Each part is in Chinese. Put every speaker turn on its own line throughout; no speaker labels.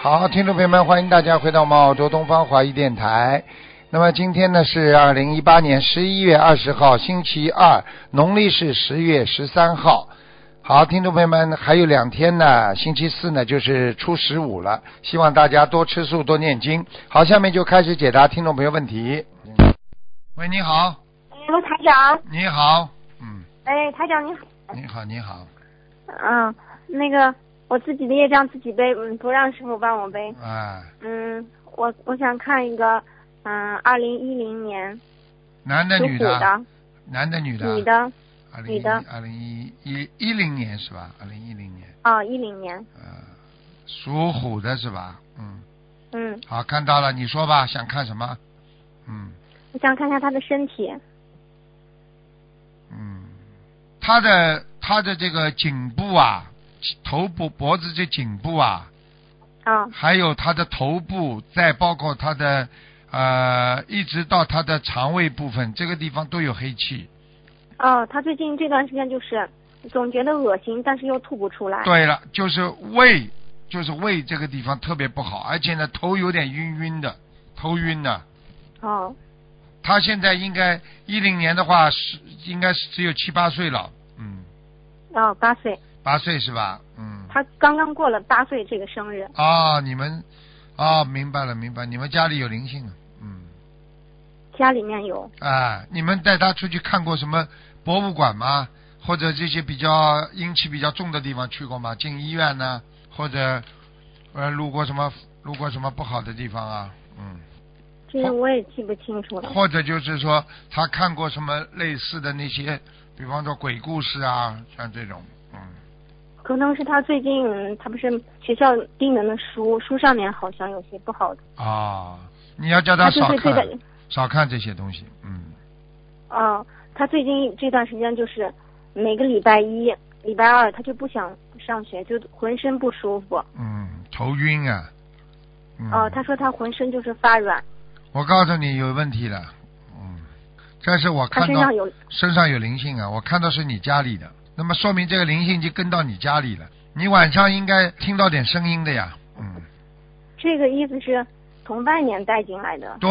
好，听众朋友们，欢迎大家回到我们澳洲东方华语电台。那么今天呢是二零一八年十一月二十号，星期二，农历是十月十三号。好，听众朋友们，还有两天呢，星期四呢就是初十五了，希望大家多吃素，多念经。好，下面就开始解答听众朋友问题。喂，你好，
哎，卢台长，
你好，嗯，
哎，台长你好，
你好，你好，
嗯，那个我自己的业障自己背，嗯，不让师傅帮我背，
啊，
嗯，我我想看一个，嗯，二零一零年
男的
属
女
虎的，
男的啊女的？
女的，
二零
女的
二零一一一零年是吧？二零一零年，
哦，一零年，
呃，属虎的是吧？嗯，
嗯，
好，看到了，你说吧，想看什么？嗯
我想看一下他的身体，
嗯，他的他的这个颈部啊，头部、脖子这颈部啊，
啊、
还有他的头部，再包括他的呃，一直到他的肠胃部分，这个地方都有黑气。
哦，他最近这段时间就是总觉得恶心，但是又吐不出来，
对了，就是胃，就是胃这个地方特别不好，而且呢，头有点晕晕的，头晕的。
哦，
他现在应该一零年的话是应该是只有七八岁了，嗯，
哦，八岁，
八岁是吧？嗯。
他刚刚过了八岁这个生日，
啊，你们啊，明白了，明白，你们家里有灵性啊，嗯，
家里面有，
啊，你们带他出去看过什么博物馆吗？或者这些比较阴气比较重的地方去过吗？进医院呢，或者呃路过什么路过什么不好的地方啊？嗯。
这个我也记不清楚了，
或者就是说他看过什么类似的那些，比方说鬼故事啊，像这种，嗯，
可能是他最近嗯他不是学校订的那书，书上面好像有些不好的，
啊，你要叫
他就
少
是这
看
个，
少看这些东西，嗯，
哦，他最近这段时间就是每个礼拜一、礼拜二他就不想上学，就浑身不舒服。
嗯，头晕啊，嗯，
哦，他说他浑身就是发软，
我告诉你有问题了，嗯，这是我
他
看
身
到
上有
身上有灵性啊，我看到是你家里的，那么说明这个灵性就跟到你家里了，你晚上应该听到点声音的呀，嗯。
这个意思是从外面带进来的。
对，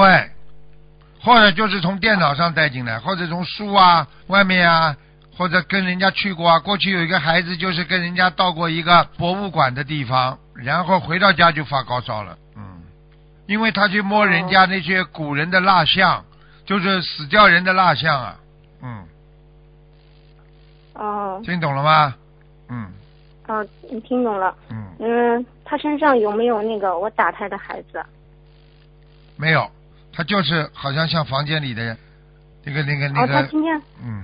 或者就是从电脑上带进来，或者从书啊、外面啊，或者跟人家去过啊。过去有一个孩子就是跟人家到过一个博物馆的地方，然后回到家就发高烧了。嗯，因为他去摸人
哦
家那些古人的蜡像，就是死掉人的蜡像啊。嗯，
哦
听懂了吗？嗯
哦，你听懂了。
嗯，
嗯，他身上有没有那个我打胎的孩子？
没有，他就是好像像房间里的那个那个那
哦，他
个，
今天
嗯，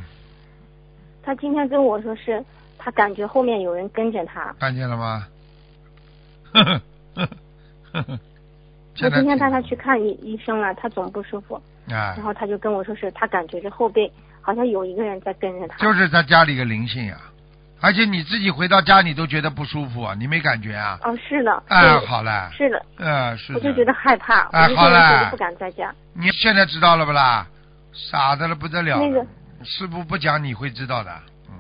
他今天跟我说是，他感觉后面有人跟着他。
看见了 吗？呵呵呵呵呵。
我
现在
今天带他去看医医生了，他总不舒服。
啊
然，后他就跟我说是他感觉这后背好像有一个人在跟着他。
就是他家里个灵性啊，而且你自己回到家你都觉得不舒服啊，你没感觉啊？
哦，是的。
啊，
对
好了，
是的，
呃，是
我
的。
就觉得害怕，
哎
我就
好
这样
了
我就不敢在家。
你现在知道了不啦？傻的了不得了了。
那个
师傅不讲你会知道的，嗯。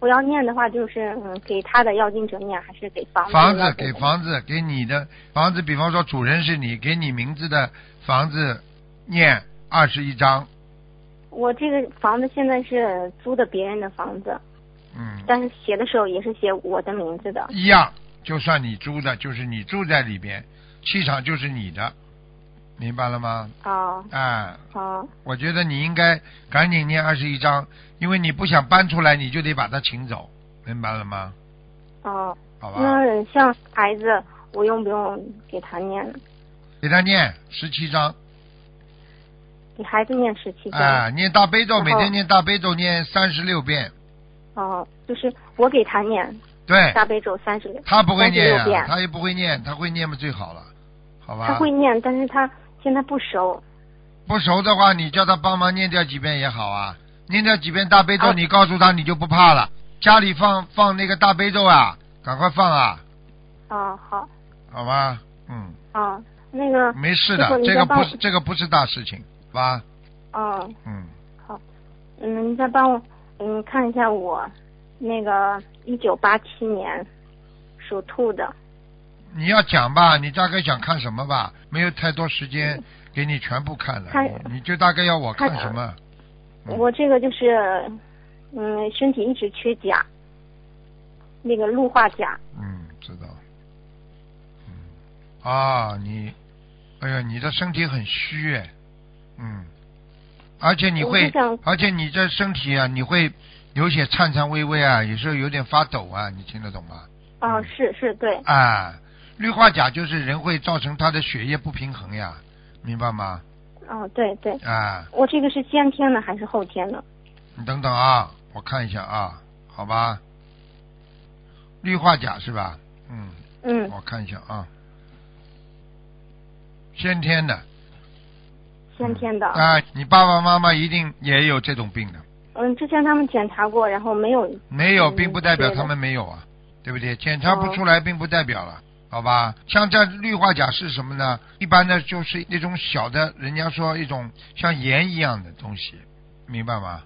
我要念的话，就是嗯，给他的要经者念，还是给房子？啊
房
房
子给。房子给你的房子，比方说主人是你，给你名字的房子念二十一章，
我这个房子现在是租的别人的房子，
嗯，
但是写的时候也是写我的名字的。
一样，就算你租的，就是你住在里边，气场就是你的，明白了吗？
哦
啊，
哦
我觉得你应该赶紧念二十一章，因为你不想搬出来，你就得把它请走，明白了吗？
哦，
好吧，
那像孩子，我用不用给他念？
给他念十七章，
给孩子念十七章。
啊，念大悲咒，
然
每
后
天念大悲咒念三十六遍，
哦，就是我给他念
对
大悲咒三十六。
他不会念
36遍
呀，他也不会念，他会念嘛最好了，好吧？
他会念，但是他现在不熟。
不熟的话，你叫他帮忙念掉几遍也好啊，念掉几遍大悲咒，
哦
你告诉他你就不怕了。家里放放那个大悲咒啊，赶快放啊，
哦，好，
好吧？嗯，
哦，那个，
没事
师傅
的，
你
这
再
个
帮
不
我
是这个不是大事情，好吧？
哦，
嗯，
嗯，你再帮我，嗯，看一下我那个一九八七年属兔的，
你要讲吧，你大概想看什么吧？没有太多时间给你全部看了
嗯他，
你就大概要我看
他
什么？嗯
我这个就是，嗯，身体一直缺钾，那个氯化钾，
嗯，知道。嗯，啊，你，哎呀，你的身体很虚哎，嗯，而且你
我
会
就想，
而且你这身体啊，你会有些颤颤巍巍啊，有时候有点发抖啊，你听得懂吗？
哦，
嗯
是是，对，
啊，氯化钾就是人会造成他的血液不平衡呀，明白吗？
哦，对对，
啊，
我这个是先天的还是后天的？
你等等啊，我看一下啊，好吧？氯化钾是吧？嗯，
嗯，
我看一下啊，先天的。
先天的。
啊，你爸爸妈妈一定也有这种病的，
嗯，之前他们检查过，然后没有。
没有
嗯
并不代表
对
他
的
们没有啊，对不对？检查不
哦
出来并不代表了，好吧？像这氯化钾是什么呢？一般呢就是那种小的，人家说一种像盐一样的东西，明白吗？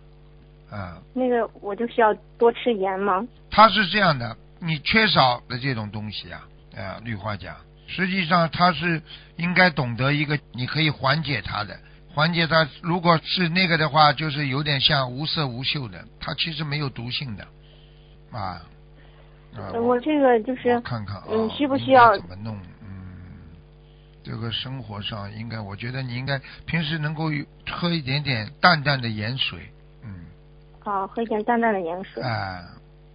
啊，
那个我就是要多吃盐吗？
它是这样的，你缺少的这种东西啊，呃，氯化钾，实际上它是应该懂得一个，你可以缓解它的，缓解它。如果是那个的话，就是有点像无色无嗅的，它其实没有毒性的，啊，啊，
呃我这个就是
我，看看啊，
嗯需不
应
需
该
要
怎么弄？嗯，这个生活上应该，我觉得你应该平时能够喝一点点淡淡的盐水，嗯。
哦，喝一点淡淡的盐水。
哎、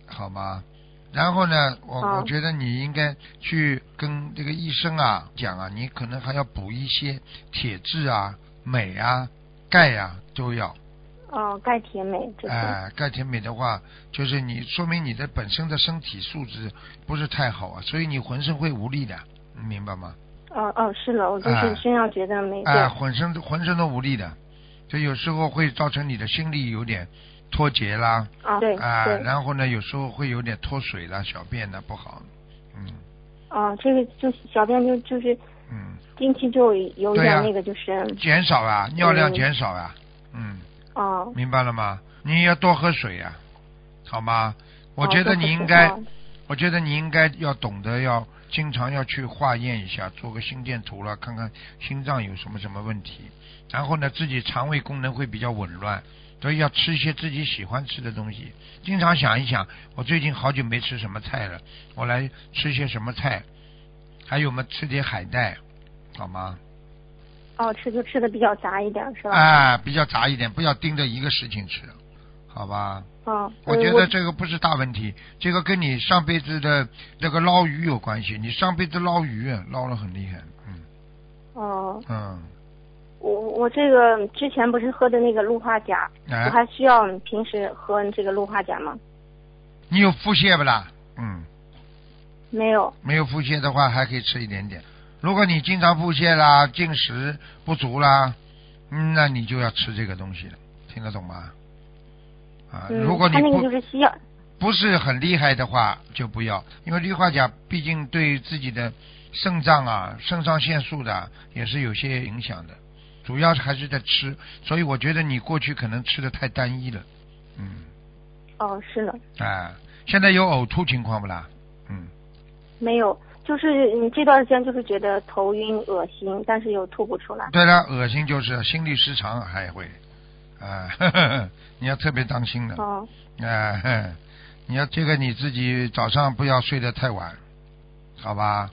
好吗？然后呢，我、
哦
我觉得你应该去跟这个医生啊讲啊，你可能还要补一些铁质啊、镁啊、钙呀、都要。
哦，钙、铁、镁这些。
哎、钙、铁、镁的话，就是你说明你的本身的身体素质不是太好啊，所以你浑身会无力的，你明白吗？
哦哦，是了，我就
哎
是身上觉得没劲。
哎，浑身浑身都无力的，就有时候会造成你的心力有点脱节啦。
啊，对
啊，
对。
然后呢，有时候会有点脱水啦、小便的不好，嗯
哦，这个就小便就就是
嗯，
近期就有一
对呀
点那个就是，
减少啊，尿量
嗯
减少啊，嗯，
哦。
明白了吗？你要多喝水呀、好吗？我
哦
觉得
这
你
是
应
情
该，
况
我觉得你应该要懂得要经常要去化验一下，做个心电图了，看看心脏有什么什么问题。然后呢，自己肠胃功能会比较紊乱，所以要吃一些自己喜欢吃的东西。经常想一想，我最近好久没吃什么菜了，我来吃些什么菜？还有我们吃点海带，好吗？
哦，吃就吃的比较杂一点，是吧？
啊，比较杂一点，不要盯着一个事情吃，好吧？
哦，
我觉
嗯
得这个不是大问题，这个跟你上辈子的那个捞鱼有关系。你上辈子捞鱼捞了很厉害，嗯
哦，
嗯，
我我这个之前不是喝的那个氯化钾，我
哎，
还需要平时喝这个氯化钾吗？
你有腹泻不啦？嗯，
没有。
没有腹泻的话还可以吃一点点。如果你经常腹泻啦、进食不足啦，嗯，那你就要吃这个东西了，听得懂吗？啊，
嗯，
如果你
他那个
不
就是西药，
不是很厉害的话就不要，因为氯化钾毕竟对自己的肾脏啊、肾上腺素的啊也是有些影响的，主要还是在吃，所以我觉得你过去可能吃的太单一了，嗯，
哦，是了，
哎，现在有呕吐情况不啦？嗯，
没有，就是你这段时间就是觉得头晕、恶心，但是又吐不出来。
对了，恶心就是心律失常还会，啊、 呵呵呵你要特别当心的，啊、
哦，
呵 你要这个你自己早上不要睡得太晚，好吧？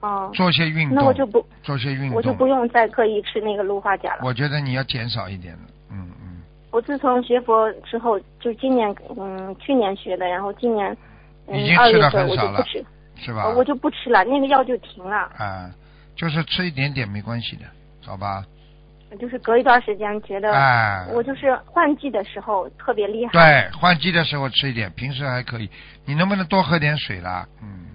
哦，
做些运动，
那我就不，
做些运动，
我就不用再刻意吃那个氯化钾了。
我觉得你要减少一点的，嗯嗯，
我自从学佛之后，就今年，嗯，去年学的，然后今年，嗯
已经，
二
吃
月
得
份
很
我就
少了
不吃，
是吧？
呃我就不吃了，那个药就停了，
啊，就是吃一点点没关系的，好吧？
就是隔一段时间觉得，
哎，
我就是换季的时候特别厉害。
对，换季的时候吃一点，平时还可以。你能不能多喝点水啦？嗯，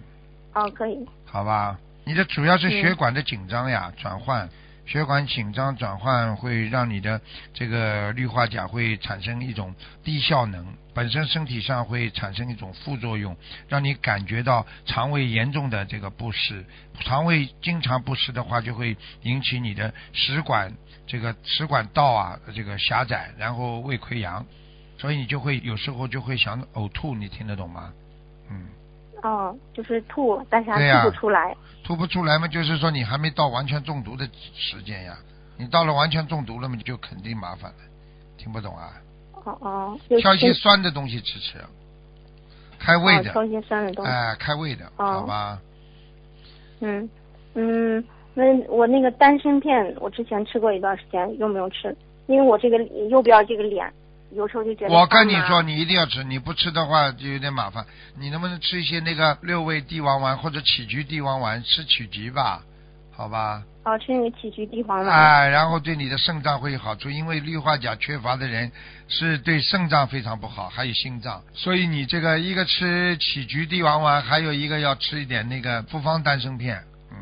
哦，可以。
好吧。你的主要是血管的紧张呀，转换，血管紧张转换会让你的这个氯化钾会产生一种低效能，本身身体上会产生一种副作用，让你感觉到肠胃严重的这个不适。肠胃经常不适的话，就会引起你的食管这个食管道啊这个狭窄，然后胃溃疡，所以你就会有时候就会想呕吐，你听得懂吗？嗯，
哦，就是吐，但是
对
还
呀
吐不出来。
吐不出来嘛，就是说你还没到完全中毒的时间呀。你到了完全中毒了嘛，你就肯定麻烦了。听不懂啊？
哦哦，有
挑一些
有
酸的东西吃吃，啊开胃的
哦，，挑一些酸的东西。
哎、开胃的，
哦
好吧？
嗯嗯，那我那个丹参片，我之前吃过一段时间，又没有吃，因为我这个右边这个脸，有时候就觉得
我跟
发
你
麻
说，，你一定要吃，你不吃的话就有点麻烦。你能不能吃一些那个六味地黄丸或者杞菊地黄丸？吃杞菊吧，好吧？
哦，吃那个杞菊地黄丸。
哎，然后对你的肾脏会有好处，因为氯化钾缺乏的人是对肾脏非常不好，还有心脏。所以你这个一个吃杞菊地黄丸，还有一个要吃一点那个复方丹参片，嗯，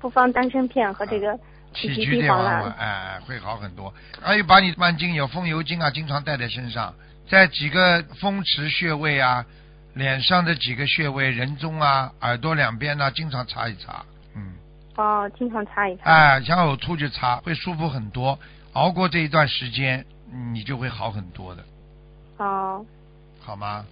复方丹参片和这个杞
杞
菊
菊
地
地黄
黄
丸，
丸。
哎，会好很多。还有把你万金油、风油精啊，经常带在身上，在几个风池穴位啊，脸上的几个穴位，人中啊、耳朵两边呢、经常擦一擦，嗯。
哦，经常擦一擦。
哎，想呕吐就擦，会舒服很多。熬过这一段时间，嗯你就会好很多的，
哦，
好吗？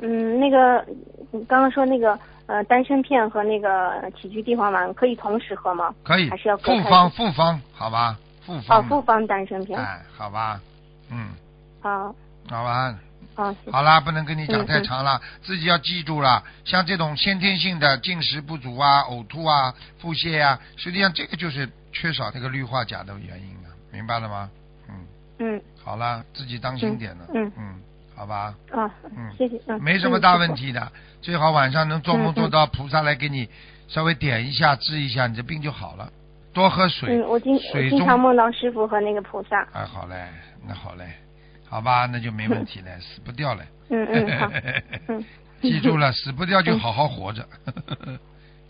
嗯，那个你刚刚说那个呃丹参片和那个杞菊地黄丸可以同时喝吗？
可以
还是要，隔
复
开
方复方，好吧？复
哦
方，的，
复方丹参
嗯
片。
哎，好吧，嗯，
哦
好吧，
哦，谢谢
好啦，不能跟你讲
嗯
太
嗯
长了，自己要记住了。像这种先天性的进食不足啊、呕吐啊、腹泻啊，实际上这个就是缺少这个氯化钾的原因啊，明白了吗？嗯，
嗯
好啦，自己当心点了，
嗯
嗯，好吧，
哦，
嗯。
谢谢嗯，
没什么大问
题。
题的，最好晚上能做梦
嗯嗯
做到菩萨来给你稍微点一下、治一下，你这病就好了。多喝水
嗯，，我经我
水
经
中
常梦到师傅和那个菩萨。
哎，好嘞，那好嘞，好吧，那就没问题了，死不掉了。
嗯 嗯，好，嗯
记住了，死不掉就好好活 着，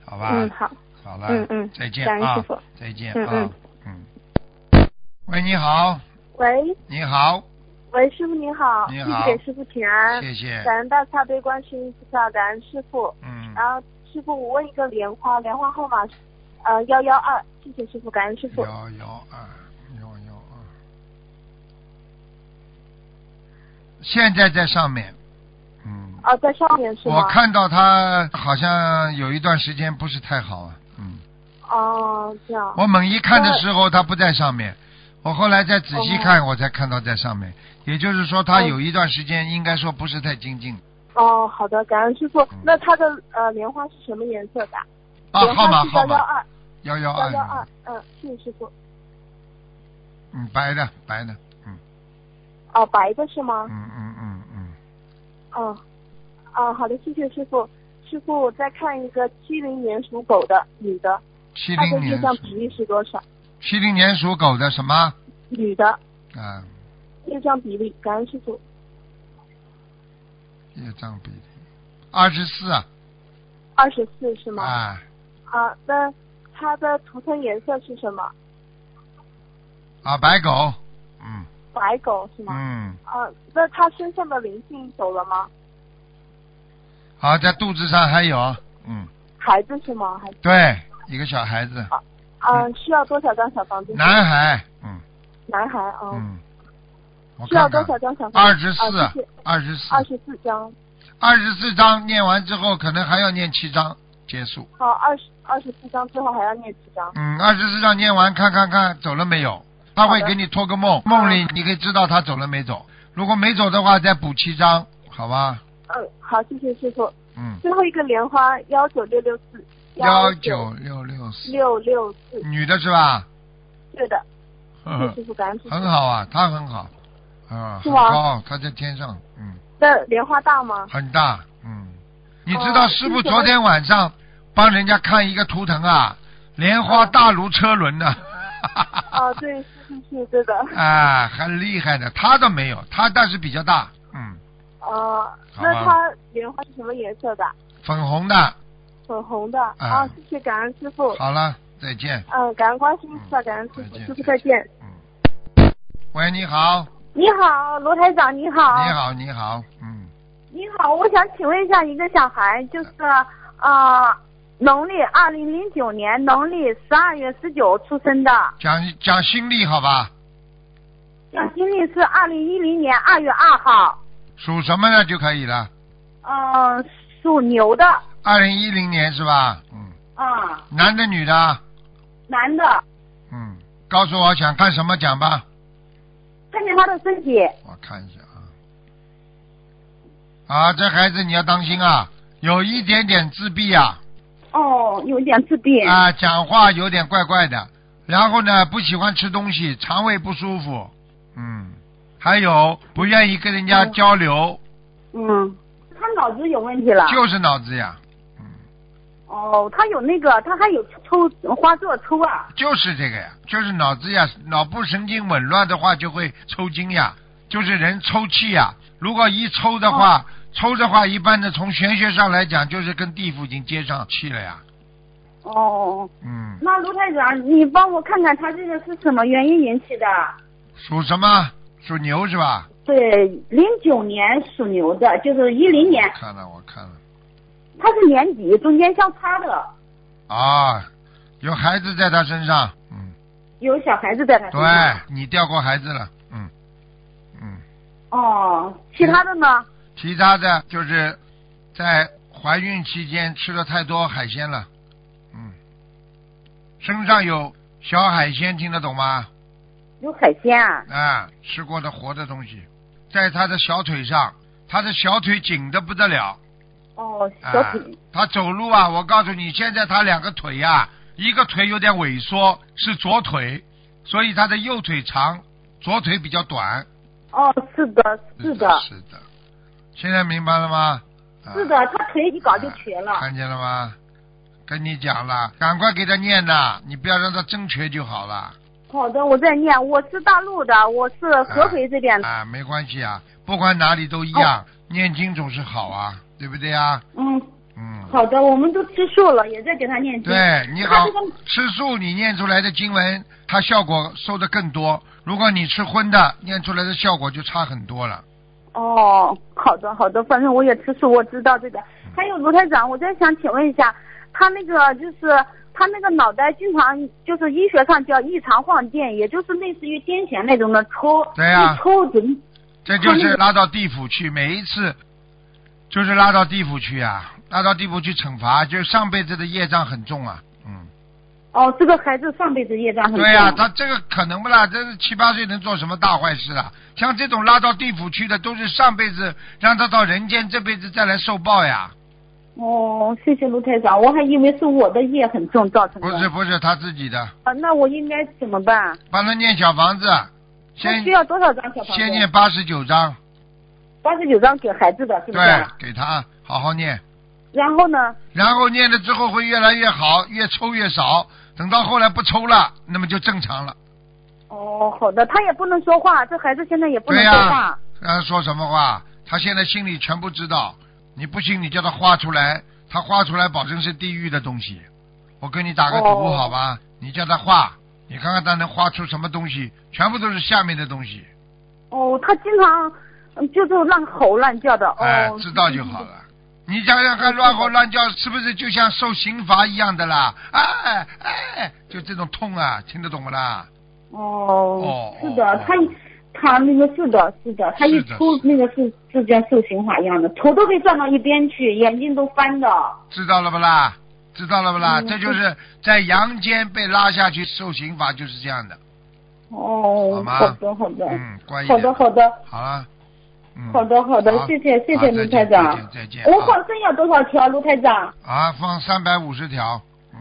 好吧？
嗯好，
好了，
嗯嗯
再见
感恩
啊
师傅，
再见
嗯
啊，嗯。喂，你好，
喂
你好，
喂，师傅你好，
你
弟
好
子给师傅请
啊
安，
谢谢，
感恩大慈悲观世音菩萨，感恩师傅。
嗯，
然后师傅，我问一个莲花，莲花号码是呃幺幺二，谢谢师傅，感恩师傅。
幺幺二幺幺二，现在在上面，嗯，
哦，在上面是吗？
我看到他好像有一段时间不是太好啊，嗯，
哦，这样。
我猛一看的时候他不在上面，我后来再仔细
哦
看我才看到在上面，也就是说他有一段时间应该说不是太精进
哦，好的，感恩师傅。那它的呃莲花是什么颜色的？
嗯啊，
莲
号
花
码号
是幺幺
码
二，
幺幺
幺幺二
二，，
嗯，谢谢师傅。
嗯，白的白的，嗯
哦，白的是吗？
嗯嗯嗯嗯，
哦，哦，好的，谢谢师傅。师傅，我再看一个七零年属狗的女的，
七
她的
零
月
年
相比例是多少？
七零年属狗的什么
女的
啊？
业障比例，感恩师傅。
业障比例二十四啊，
二十四是吗？
啊
啊，那它的图腾颜色是什么？
啊白狗，嗯
白狗是吗？
嗯，
啊，那它身上的灵性走了吗？
好，在肚子上还有，嗯，
孩子是吗？还
对，一个小孩子，
啊，需要多少张小房子？
嗯男孩，嗯
男孩啊，
嗯，我
需要
看
多
看，
少张小房
二
子？
十
啊
四
谢谢，
二十四
二，十四张。
二十四章念完之后，可能还要念七章结束，
好，二十二十四张之后还要念几张？
嗯，二十四章念完，看看看走了没有，他会
好的
给你托个梦，梦里你可以知道他走了没走，如果没走的话，再补七章，好吧？
嗯，好，谢谢师傅。
嗯，
最后一个莲花幺九六六四，
幺
九
九六六四，
六六四，
女的是 吧？
对的，
呵
谢
呵
谢师傅，感恩师傅。
嗯很好啊，他很好，啊，
是
很
吗
高，他在天上，嗯，
那莲花大吗？
很大，嗯。你知道
哦
师傅
是什么
昨天晚上帮人家看一个图腾啊，莲花大如车轮呢、
哦，对，是是是，对的。
啊，很厉害的，他倒没有，他但是比较大，嗯，
呃，
好啊
那
吧
它莲花是什么颜色的？
粉红的。
粉红的。
嗯
啊，谢谢感恩师傅。
好了，再见。
嗯，感恩观世音菩萨，感恩
再
师傅，
见
师傅再见。
嗯。喂，你好，
你好，罗台长，你好。
你。好，你好，嗯，
你好，我想请问一下一个小孩，就是呃，农历二零零九年农历十二月十九出生的，
讲讲心历好吧？
今历是二零一零年二月二号，
属什么的就可以了。
嗯、呃，属牛的，
二零一零年是吧？嗯，
啊，
男的女的？
男的，
嗯，告诉我想看什么讲吧，
看见他的身体，
我看一下啊。啊，这孩子你要当心啊，有一点点自闭啊，
哦，有点自闭，
啊，讲话有点怪怪的，然后呢，不喜欢吃东西，肠胃不舒服，嗯，还有不愿意跟人家交流，
嗯，他脑子有问题了，
就是脑子呀，
哦，他有那个，他还有抽花做抽啊，
就是这个呀，就是脑子呀，脑部神经紊乱的话就会抽筋呀，就是人抽气呀。如果一抽的话，
哦
抽的话，一般的从玄学上来讲，就是跟地府已经接上气了呀。
哦，
嗯，
那卢台长，你帮我看看他这个是什么原因引起的？
属什么？属牛是吧？
对，零九年属牛的，就是一零年
我，看了，我看了。
他是年底中间相差的，
啊，有孩子在他身上。嗯，
有小孩子在他身上。
对你掉过孩子了。嗯，嗯。
哦，其他的呢？
其他的就是在怀孕期间吃了太多海鲜了，嗯，身上有小海鲜，听得懂吗？
有海鲜啊。
啊，吃过的活的东西，在他的小腿上，他的小腿紧的不得了，
哦，
啊
小腿。，
他走路啊，我告诉你，现在他两个腿呀、一个腿有点萎缩，是左腿，所以他的右腿长，左腿比较短。嗯
哦，是的，是的，
是的，现在明白了吗？啊
是的，他腿一搞就瘸了
啊。看见了吗？跟你讲了，赶快给他念呐，你不要让他真瘸就好了。
好的，我在念，我是大陆的，我是河北这边的。
啊，没关系啊，不管哪里都一
哦
样，念经总是好啊，对不对啊？
嗯，
嗯，
好的，我们都吃素了，也在给他念经。
对你
他
好
这个，
吃素你念出来的经文，它效果收的更多。如果你吃荤的，念出来的效果就差很多了。
哦，好的好的，反正我也吃素，我知道这个。还有卢台长，我再想请问一下，他那个就是他那个脑袋经常就是医学上叫异常晃电，也就是类似于癫痫那种的抽，
对呀
一抽准。
这就
他那
是
个
拉到地府去，每一次就是拉到地府去啊，拉到地府去惩罚，就是上辈子的业障很重啊。嗯，
哦，这个孩子上辈子业障很重。啊
对呀、他这个可能不啦？这是七八岁能做什么大坏事啊？像这种拉到地府去的，都是上辈子让他到人间，这辈子再来受报呀。
哦，谢谢卢台长，我还以为是我的业很重造成的。
不是不是他自己的，
啊，那我应该怎么办？
帮他念小房子，啊
他
先
需要多少张小房子？
先念八十九章，
八十九张给孩子的，是不
对
是？，
给他好好念。
然后呢？
然后念了之后会越来越好，越抽越少。等到后来不抽了，那么就正常了。
哦，好的，他也不能说话，这孩子现在也不能
对
说
呀、
话。
让他说什么话？他现在心里全部知道。你不信，你叫他画出来，他画出来保证是地狱的东西。我跟你打个赌，
哦
好吧？你叫他画，你看看他能画出什么东西，全部都是下面的东西。
哦，他经常嗯就是乱吼乱叫的。哦，嗯
哎、知道就好。了。你想想看，乱吼乱叫是不是就像受刑罚一样的啦？哎哎，就这种痛啊，听得懂不啦？
哦
哦，
是的
哦，
他一他那个是的，是的，他一
是的
出
是的
那个是是叫受刑法一样的，头都被转到一边去，眼睛都翻的。
知道了不啦？知道了不啦？
嗯
这就是在阳间被拉下去受刑罚，就是这样的。好
哦，
吗
好的，好的，
嗯，乖一
好
点。
的，好的，
好了。嗯。
好的，好的
好，
谢谢，谢
好
谢
再
卢
见
台长。
再见。再见
我放生要多少条，卢台长？
啊，放三百五十条。嗯，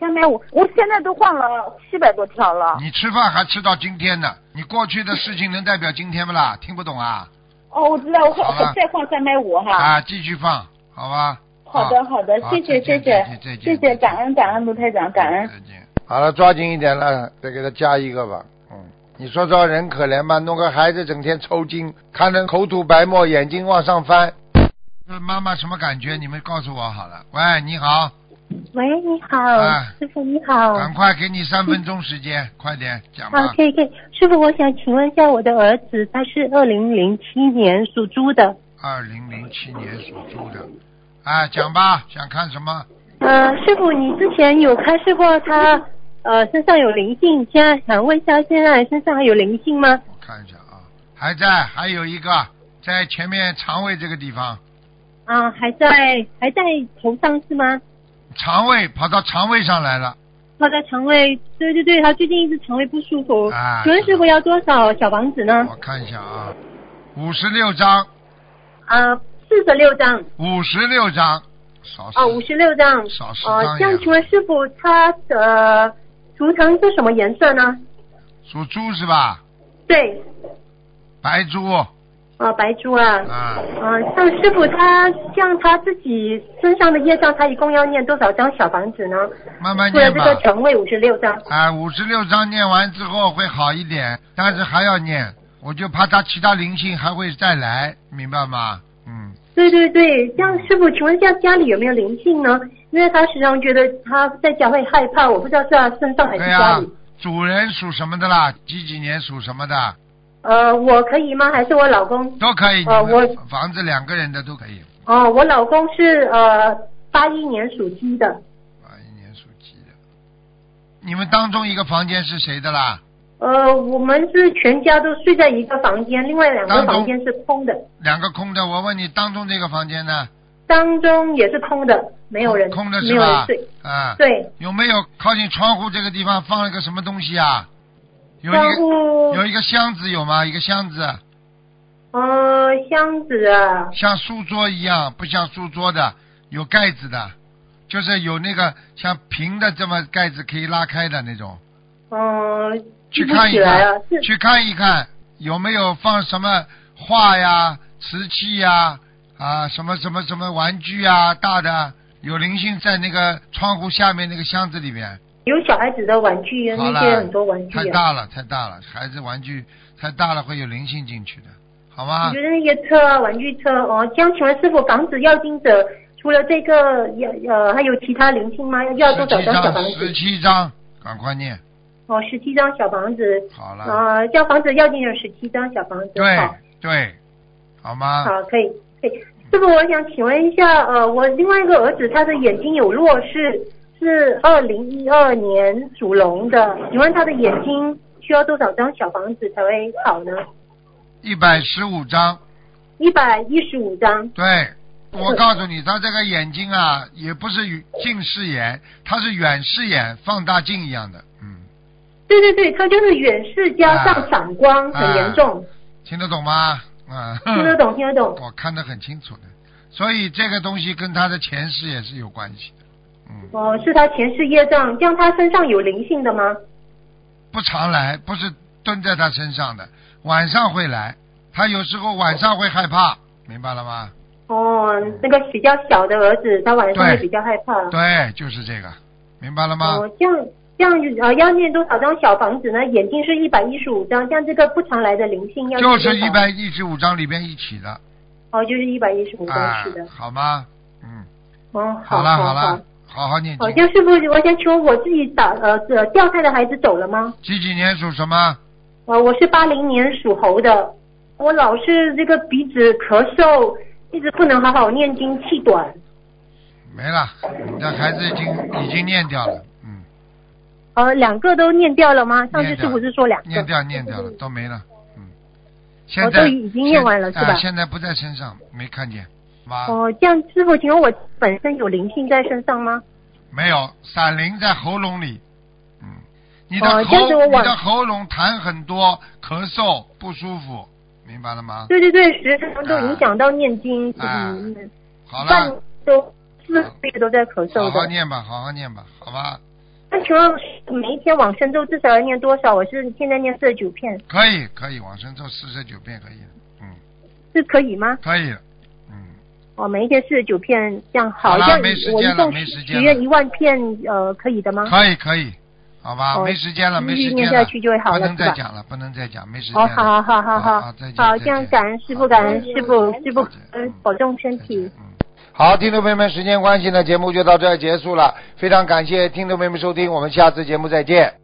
三百五，我现在都换了七百多条了。
你吃饭还吃到今天呢？你过去的事情能代表今天不啦？听不懂啊？
哦，我知道，我
好了
换再换三百五哈。
啊，继续放，好吧？
好的，
啊
好的，谢
再
谢，谢
见再
谢
见，再
谢谢，
见
感恩，感恩卢台长，感恩。
再见。
好了，抓紧一点了，再给他加一个吧。嗯，你说这人可怜吧，弄个孩子整天抽筋，看着口吐白沫，眼睛往上翻。
这妈妈什么感觉？你们告诉我好了。喂，你好，
喂，你好，
哎
师傅你好，
赶快给你三分钟时间，快点讲
好，
吧。
可以可以，师傅，我想请问一下我的儿子，他是二零零七年属猪的，
二零零七年属猪的，啊，讲吧，想看什么？
呃，师傅，你之前有开示过他，呃，身上有灵性，现在想问一下，现在身上还有灵性吗？
我看一下啊，还在，还有一个在前面肠胃这个地方，
啊、还在还在头上是吗？
肠胃跑到肠胃上来了，
他的肠胃，对对对，他最近一直肠胃不舒服。
啊
请问师傅要多少小房子呢？
我看一下啊，五十六张，
啊，四十六张。
五十六张，少
啊，五十六张。
少十张
呃，这样
呀
请问师傅，他的图腾是什么颜色呢？
属猪是吧？
对，
白猪，
啊，白猪啊。
啊，
嗯，像师傅他像他自己身上的业障，他一共要念多少张小房子呢？
慢慢
除了
念
这
吧。
个肠胃五十六张。
啊，五十六章念完之后会好一点，但是还要念，我就怕他其他灵性还会再来，明白吗？嗯，
对对对，这样师傅，请问一下家里有没有灵性呢？因为他时常觉得他在家会害怕，我不知道是他身上还
对
是
呀、
哎家里。
主人属什么的啦？几几年属什么的
呃，我可以吗？还是我老公？
都可以，你
呃
们
我
房子两个人的都可以。
哦，我老公是呃八一年属鸡的，
啊，一年属鸡的，你们当中一个房间是谁的啦？
呃，我们是全家都睡在一个房间，另外两个
当中
房间是空的，
两个空的，我问你，当中这个房间呢？
当中也是空的，没有人，
空的
没
是
有
吧
人睡。？
啊，
对，
有没有靠近窗户这个地方放了个什么东西啊？有一
窗
个
户
有一个箱子有吗？一个箱子。
呃箱子啊，
像书桌一样，不像书桌的，有盖子的，就是有那个像平的这么盖子可以拉开的那种。
嗯、记
去
不
看一
起来
看
了，是，
去看一看有没有放什么画呀、瓷器呀、啊什么什么什么玩具呀，大的有灵性在那个窗户下面那个箱子里面。
有小孩子的玩具啊，
好
那
了
些很多玩，具
太
啊。
大了，太大了，孩子玩具太大了会有灵性进去的，好吗
你觉？得那些车啊，玩具车哦，这样请问师傅，防止要经者除了这个，要呃还有其他灵性吗？要多
十
少
七
张小房
张，
子
十？七张，赶快念，
哦，十七张小房子。
好了。
呃，要房子要进有十七张小房子。
对
好，
对，好吗？
好，可以，可以。师傅，我想请问一下，呃，我另外一个儿子他的眼睛有弱视，是二零一二年属龙的，请问他的眼睛需要多少张小房子才会好呢？
一百十五张，
一百一十五张。
对，
嗯
我告诉你，他这个眼睛啊，也不是近视眼，他是远视眼，放大镜一样的，嗯，
对对对，他就是远视加上散光，
啊
很严重。
听得懂吗？啊，
听得懂，听得懂。
我看得很清楚的，所以这个东西跟他的前世也是有关系的，嗯，
哦，是他前世业障，这样他身上有灵性的吗？
不常来，不是蹲在他身上的，晚上会来，他有时候晚上会害怕，明白了吗？
哦，那个比较小的儿子，他晚上会
对
比较害怕。
对，就是这个，明白了吗？
哦，这样这样呃，要念多少张小房子呢？眼睛是一百一十五张，像这个不常来的灵性要念
就
多
是
少
一百一十五章里边一起的，
哦，就是一百一十五张，
啊
是的。，
好吗？嗯，
哦，
好了
好
好
好
了。，好好念
好，
经。
像师傅，我想请问我自己打呃呃掉胎的孩子走了吗？
几几年属什么？
呃，我是八零年属猴的，我老是这个鼻子咳嗽，一直不能好好念经，气短。
没了，你的孩子已经已经念掉了，嗯，
呃，两个都念掉了吗？上次
念
师
掉
傅是说两个？
念掉念掉了，都没了，嗯，
哦
现在
都已经念完了
现
是吧
啊现在不在身上，没看见，妈，
哦，这样师傅，请问我本身有灵性在身上吗？
没有，闪灵在喉咙里，嗯，你的
哦这样
喉
子我
你
往
的喉咙痰很多，咳嗽不舒服，明白了吗？
对对对，时常都影响到念经，
啊
嗯，
好
半
了，
都四个月都在咳
好
嗽
好
的。
念吧，好好念吧，好吧。
那请问每一天往生咒至少要念多少？我是现在念四十九片，
可以可以，往生咒四十九遍可以的，嗯，
是可以吗？
可以的，嗯，
哦，每一天四十九片，这样
好
好，
啦
这样
没时
我
间
一
了
共
没时间
许
了
愿一万片，呃，可以的吗？
可以可以，好吧，
哦
没时间了，没
继续
时
念
间
下
了，
去就会好
不
了
能
是
再
吧
讲了，不能再讲，没时间
哦，
了。
好好好
好
好
好再见
好，
再
这样
见
感恩师
好
傅，感恩师傅
再，见
师傅
再见
呃
嗯
保重身
再
体
见。嗯。
好，听众朋友们，时间关系呢，节目就到这儿结束了。非常感谢听众朋友们收听，我们下次节目再见。